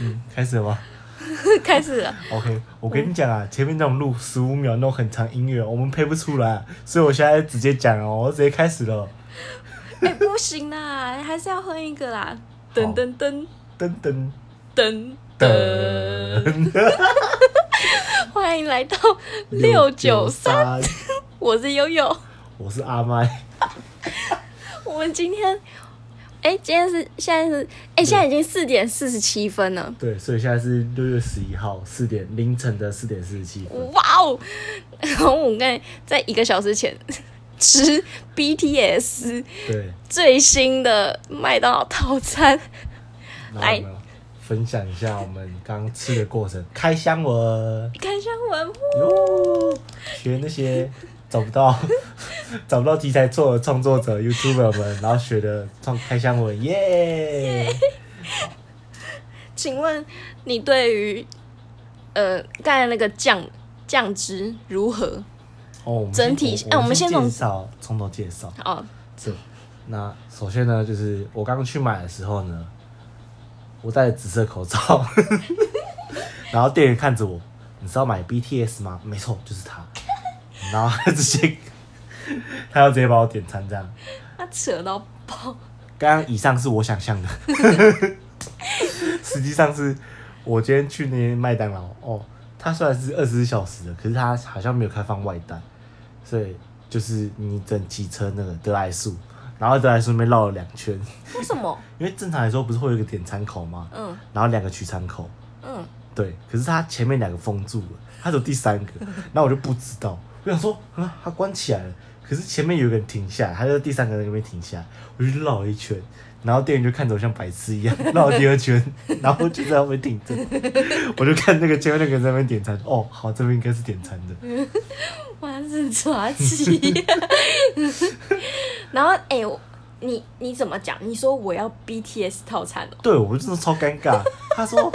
嗯，开始了吗 开始了， ？OK，我跟你讲嗯啊，前面那种录十五秒那种很长音乐，我们配不出来，啊所以我现在直接讲哦，我直接开始了，哎、不行啦，还是要哼一个啦，好噔噔噔噔噔噔噔，噔，欢迎来到六九三，，我是悠悠，我是阿麦，我们今天，哎、今天是现在是，哎、现在已经四点四十七分了，对，所以现在是六月十一号四点凌晨的四点四十七分，哇哦，我刚才在一个小时前 吃 BTS 对，最新的麦当劳套餐，然后来我们分享一下我们刚吃的过程，开箱文。开箱文，哟，学那些找不到 找不到题材做的创作者 YouTuber 们，然后学的创开箱文，耶、请问你对于呃刚才那个酱酱汁如何？哦，我们整体先哎我我们先先从介绍，从头介绍。哦，对，那首先呢，就是我刚去买的时候呢，我戴着紫色口罩， 然后店员看着我，你知道买 BTS 吗？没错，就是他。然后他直接， 他要直接把我点餐这样。他扯到爆，刚刚以上是我想象的，实际上是我今天去那间麦当劳哦，它虽然是二十四小时的，可是它好像没有开放外带，所以就是你整骑车那个德莱树，然后德莱树那边绕了两圈，为什么？因为正常来说不是会有一个点餐口吗？嗯然后两个取餐口，嗯，对，可是它前面两个封住了，它只有第三个，那我就不知道，我想说啊，它关起来了，可是前面有一个人停下来，他就第三个人那边停下来，我就绕了一圈，然后店员就看着我像白痴一样绕了第二圈，然后就在那边停着， 我就看那个前面那个人在那边点餐，哦，好，这边应该是点餐的，我还是抓起。 然后哎、我你你怎么讲？你说我要 BTS 套餐哦、对我真的超尴尬，他说。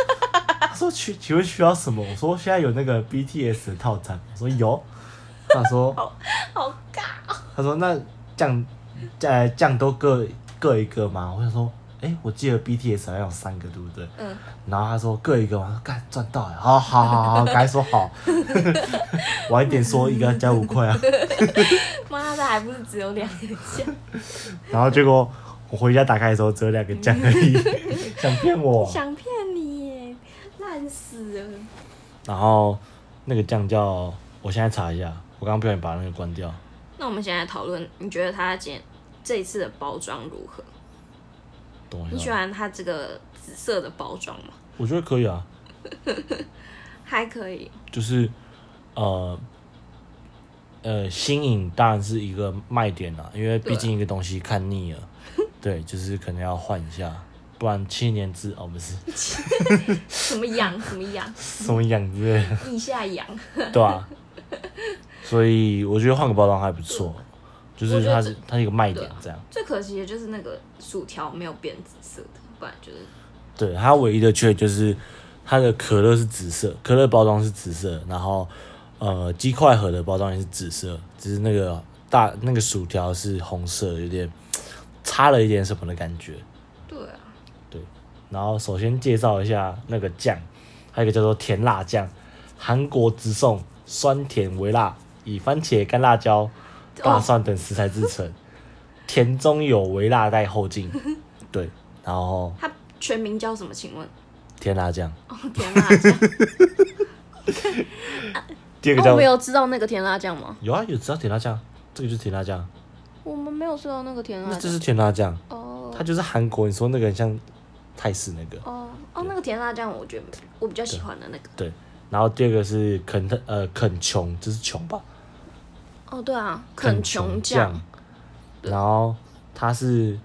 他说：“请请问需要什么？”我说：“现在有那个 BTS 的套餐。”我说：“有。”他说：“好尬哦、他说那酱，呃酱都各各一个吗？我想说，哎、我记得 BTS 好像有三个，对不对？嗯，然后他说各一个嘛，干赚到了，好好好好，赶快说好，晚一点说一个加五块啊。妈的，还不是只有两个 酱，然后结果我回家打开的时候只有两个酱而已，想骗我。想骗你耶，烂死了。然后那个酱叫，我现在查一下，我刚刚不小心把那个关掉。那我们现在讨论，你觉得它今这一次的包装如何？等我你一喜下，欢它这个紫色的包装吗？我觉得可以啊，还可以，就是呃呃，新颖当然是一个卖点啦，因为对毕竟一个东西看腻了，对，就是可能要换一下，不然七年之哦不是什么羊 什么羊，什么养之类的，腋下羊，对啊，所以我觉得换个包装还不错，就我是觉得它是它是一个卖点对啊这样，最可惜的就是那个薯条没有变紫色的，不然就是对，它唯一的缺就是它的可乐是紫色，可乐包装是紫色，然后呃鸡块盒的包装也是紫色，只是那个大那个薯条是红色，有点差了一点什么的感觉。对啊，然后首先介绍一下那个酱，还有一个叫做甜辣酱，韩国直送，酸甜微辣，以番茄、干辣哦椒、大蒜等食材制成，甜中有微辣带后 劲。对，然后它全名叫什么？请问？ 甜辣酱，哦，甜辣 酱。第二个哦，叫我们有吃到那个甜辣酱吗？有啊，有知道甜辣酱，这个就是甜辣酱，我们没有吃到那个甜辣那这酱。是甜辣酱，哦它就是韩国你说那个很像泰式那个，哦哦，那个甜辣酱，我觉得我比较喜欢的那个。对。然后第二个是肯特呃肯琼，这是琼吧？哦，对啊，肯琼酱。，然后它是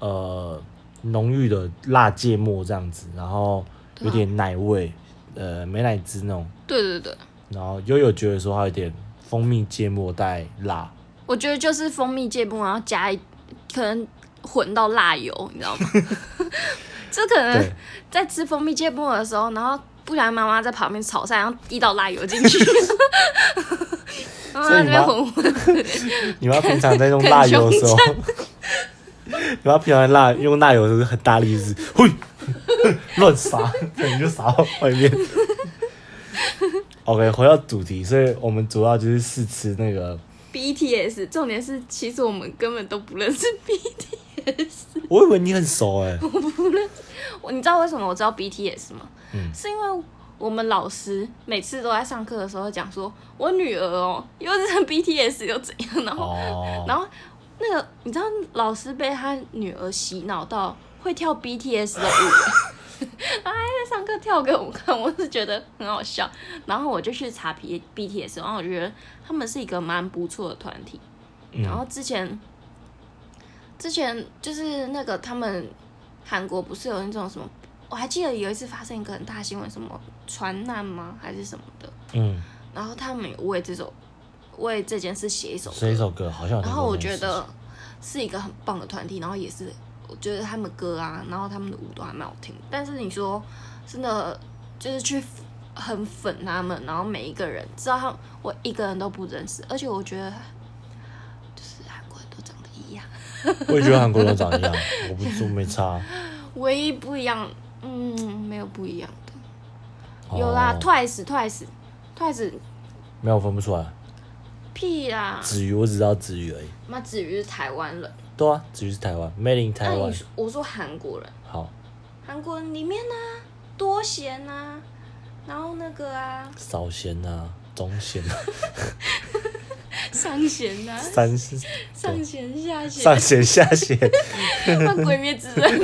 呃浓郁的辣芥末这样子，然后有点奶味，呃美乃滋那种。对对对，然后悠悠觉得说它有点蜂蜜芥末带辣，我觉得就是蜂蜜芥末，然后加一可能混到辣油，你知道吗？ 这可能对，在吃蜂蜜芥末的时候，然后不然妈妈在旁边炒菜，然后滴到辣油进去，然后在那边混混。你妈平常在 用辣油的时候，你妈平常辣用辣油的时候是很大力，就是嘿， 乱撒，对，你就撒到外面。OK，回到主题，所以我们主要就是试吃那个， BTS，重点是其实我们根本都不认识 BTS。我以为你很熟 哎、我 你知道为什么我知道 BTS 吗？嗯是因为我们老师每次都在上课的时候讲说，我女儿哦，又是 BTS 又怎样，然后、哦，然后那个你知道老师被他女儿洗脑到会跳 BTS 的舞， 他还在上课跳给我们看，我是觉得很好笑。然后我就去查 B BTS，然后我觉得他们是一个蛮不错的团体。然后之前之前就是那个他们韩国不是有那种什么，我还记得有一次发生一个很大新闻，什么船难吗还是什么的，嗯，然后他们有为这首为这件事写一首歌，所以一首歌好像有听过然后我这件觉事得是一个很棒的团体，然后也是我觉得他们歌啊，然后他们的舞都还蛮好听的。但是你说真的，就是去很粉他们，然后每一个人知道他们，我一个人都不认识，而且我觉得就是韩国人都长得一样，我也觉得韩国人长一 样，我不我没差。唯一不一样，嗯，没有不一样的，有啦、哦 t w i c e Twice Twice 没有我分不出来。屁啦，子瑜我只知道子瑜而已。妈子瑜是台湾人，对啊，子瑜是台湾，Made in 那台你湾。说我说韩国人。好，韩国里面呢、多贤啊，然后那个啊，少贤啊，中贤啊，上弦啊，三是上弦下弦，上贤下 贤。那鬼灭之 刃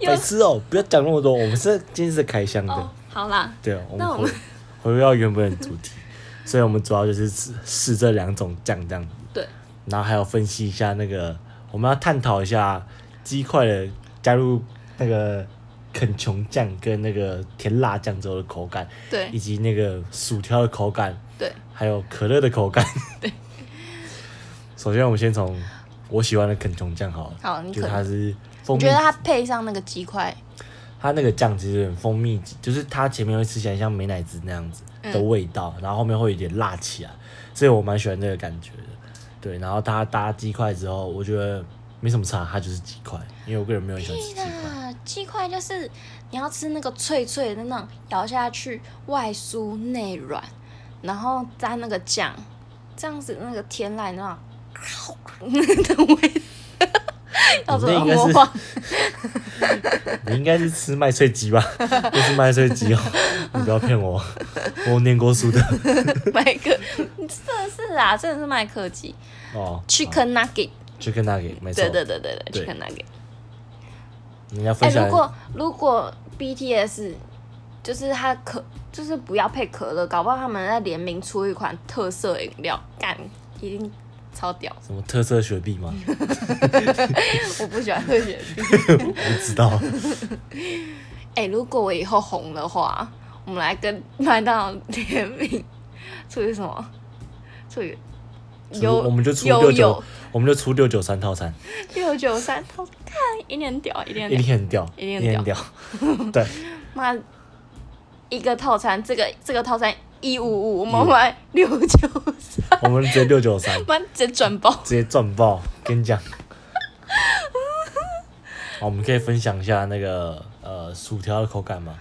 又白痴哦，不要讲那么多，我们是今天是开箱哦的，，好啦，对啊，我那们回我们回归到原本的主题，所以我们主要就是试试这两种酱这样子，对，然后还有分析一下那个，我们要探讨一下鸡块的加入那个肯琼酱跟那个甜辣酱之后的口感，以对及那个薯条的口感， 对，还有可乐的口感。对，首先我们先从我喜欢的肯琼酱好了，好你就可它是蜂你蜜觉得它配上那个鸡块，它那个酱其实有点蜂蜜，就是它前面会吃起来像美乃滋那样子的味道，嗯然后后面会有点辣起来，所以我蛮喜欢这个感觉的。对，然后它搭鸡块之后，我觉得没什么差，它就是鸡块，因为我个人没有很喜欢吃鸡对块。啦，鸡块就是你要吃那个脆脆的那种，咬下去外酥内软，然后沾那个酱，这样子那个甜辣那 种啊的味道，要怎那么应该模是仿？你应该是吃麦脆鸡吧？又是麦脆鸡哦，你不要骗我，我有念过书的麦克， 你真的是啊，真的是麦克鸡哦。 ，chicken nugget， chicken nugget，没错对。对对对对对，chicken nugget。你要哎、分享如果如果 BTS 就是它可就是不要配可乐，搞不好他们在联名出一款特色饮料，干一定超 屌。什么特色雪碧吗？我不喜欢喝雪 碧。我不知 道。哎、如果我以后红的话，我们来跟麦当劳联名，出一个什么？出一个就是我们就出六悠九悠，我们就出六九三套餐。六九三，他看一定很屌，一定很一屌。定很屌，一定很屌。对，妈，一个套餐，这个这个套餐一五五，我们买六九三，我们直接六九三， 妈直接转包。直接赚爆，跟你讲。好，我们可以分享一下那个呃薯条的口感吗？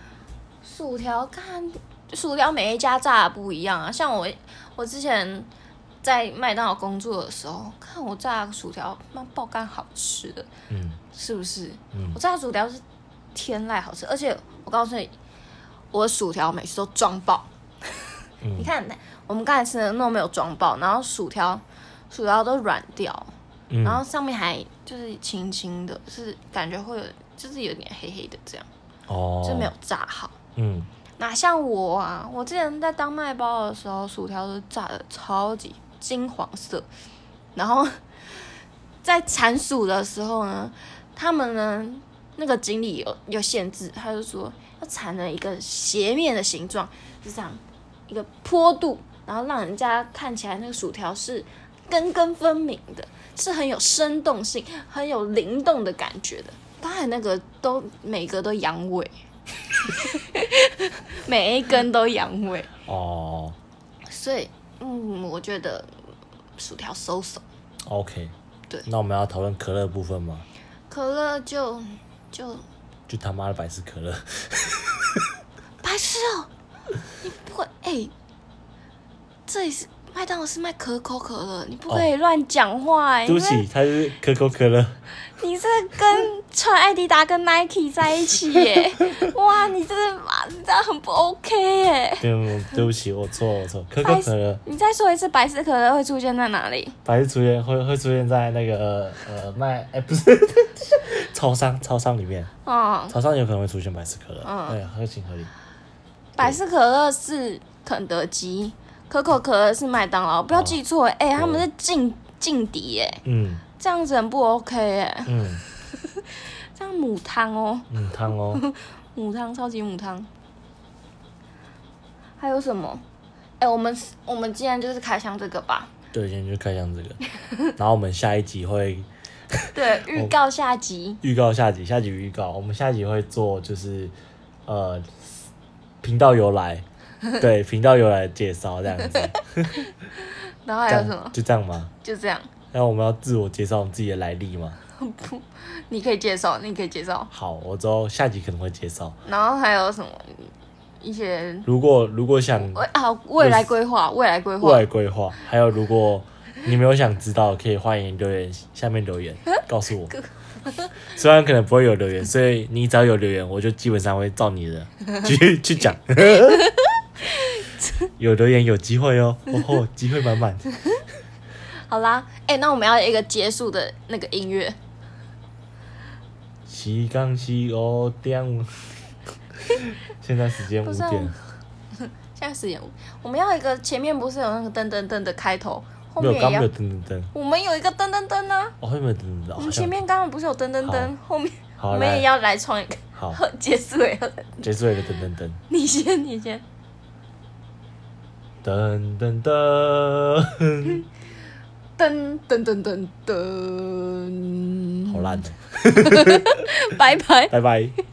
薯条看，薯条每一家炸的不一样啊。像我，我之前在麦当劳工作的时候，看我炸的薯条，妈爆干好吃的，嗯，是不是？嗯我炸的薯条是天籁好吃，而且我告诉你，我的薯条每次都装爆。嗯 你看，我们刚才吃的那种没有装爆，然后薯条薯条都软掉，嗯然后上面还就是轻轻的，是感觉会有就是有点黑黑的这样，哦，就没有炸好。嗯，哪像我啊，我之前在当卖包的时候，薯条都炸的超级金黄色，然后 在铲薯的时候呢，他们呢那个经理有有限制，他就说要铲了一个斜面的形状，是这样一个坡度，然后让人家看起来那个薯条是根根分明的，是很有生动性、很有灵动的感觉的。当然，那个都每个都阳痿。每一根都阳痿，哦所以嗯，我觉得薯条收手， ，OK。对那我们要讨论可乐的部分吗？可乐就就就他妈的百事可乐，哎白痴哦、你不会哎、这里是麦当劳是卖可口可乐，你不可以乱讲话哎、哦对不起，它是可口可乐。你这跟穿艾迪达跟 Nike 在一起 耶、哇，你这是妈，你这样很不 OK 耶、对，我对不起，我错了，我错了。可口可乐，你再说一次，百事可乐会出现在哪里？百事出现会会出现在那个呃呃卖哎、不是 超商超商里面，哦，超商有可能会出现百事可乐，嗯对，合情合理。百事可乐是肯德基，可口可乐是麦当劳，不要记错哎、他们是劲劲敌耶，嗯这样子很不 OK 哎、嗯这样母汤哦、嗯，汤哦， 母汤，超级母汤。还有什么？哎、我们我们今天就是开箱这个吧。对，今天就开箱这个，然后我们下一集会对，预告下集。预告下集，下集预告，我们下集会做就是呃频道由来，对，频道由来介绍这样子，然后还这有什样么？就这样吗？就这样。那我们要自我介绍我们自己的来历吗？不，你可以介绍，你可以介绍。好，我之后下集可能会介绍。然后还有什么？一些如果如果想未啊未来规划，未来规未划来。规划，还有如果你没有想知道，可以欢迎留言下面留 言告诉我。 虽然可能不会有留言，所以你只要有留言，我就基本上会照你 的去去讲。有留言有机会哦，哦吼，机会满满。好啦，哎、那我们要一个结束的那个音乐。西刚西哦，点。 现在时间不五是啊点，现在十点五，我们要一个前面不是有那个噔噔噔的开头，后没有面刚也没要有。噔噔噔，我们有一个噔噔噔啊。哦，后面没有噔噔噔，我好像们前面刚刚不是有噔噔噔，后面好我们来也要来创一个，好 结束也要来。结束了一个噔噔噔。你先，你先。噔噔 噔，噔噔噔噔噔，好烂哦！拜拜。拜拜。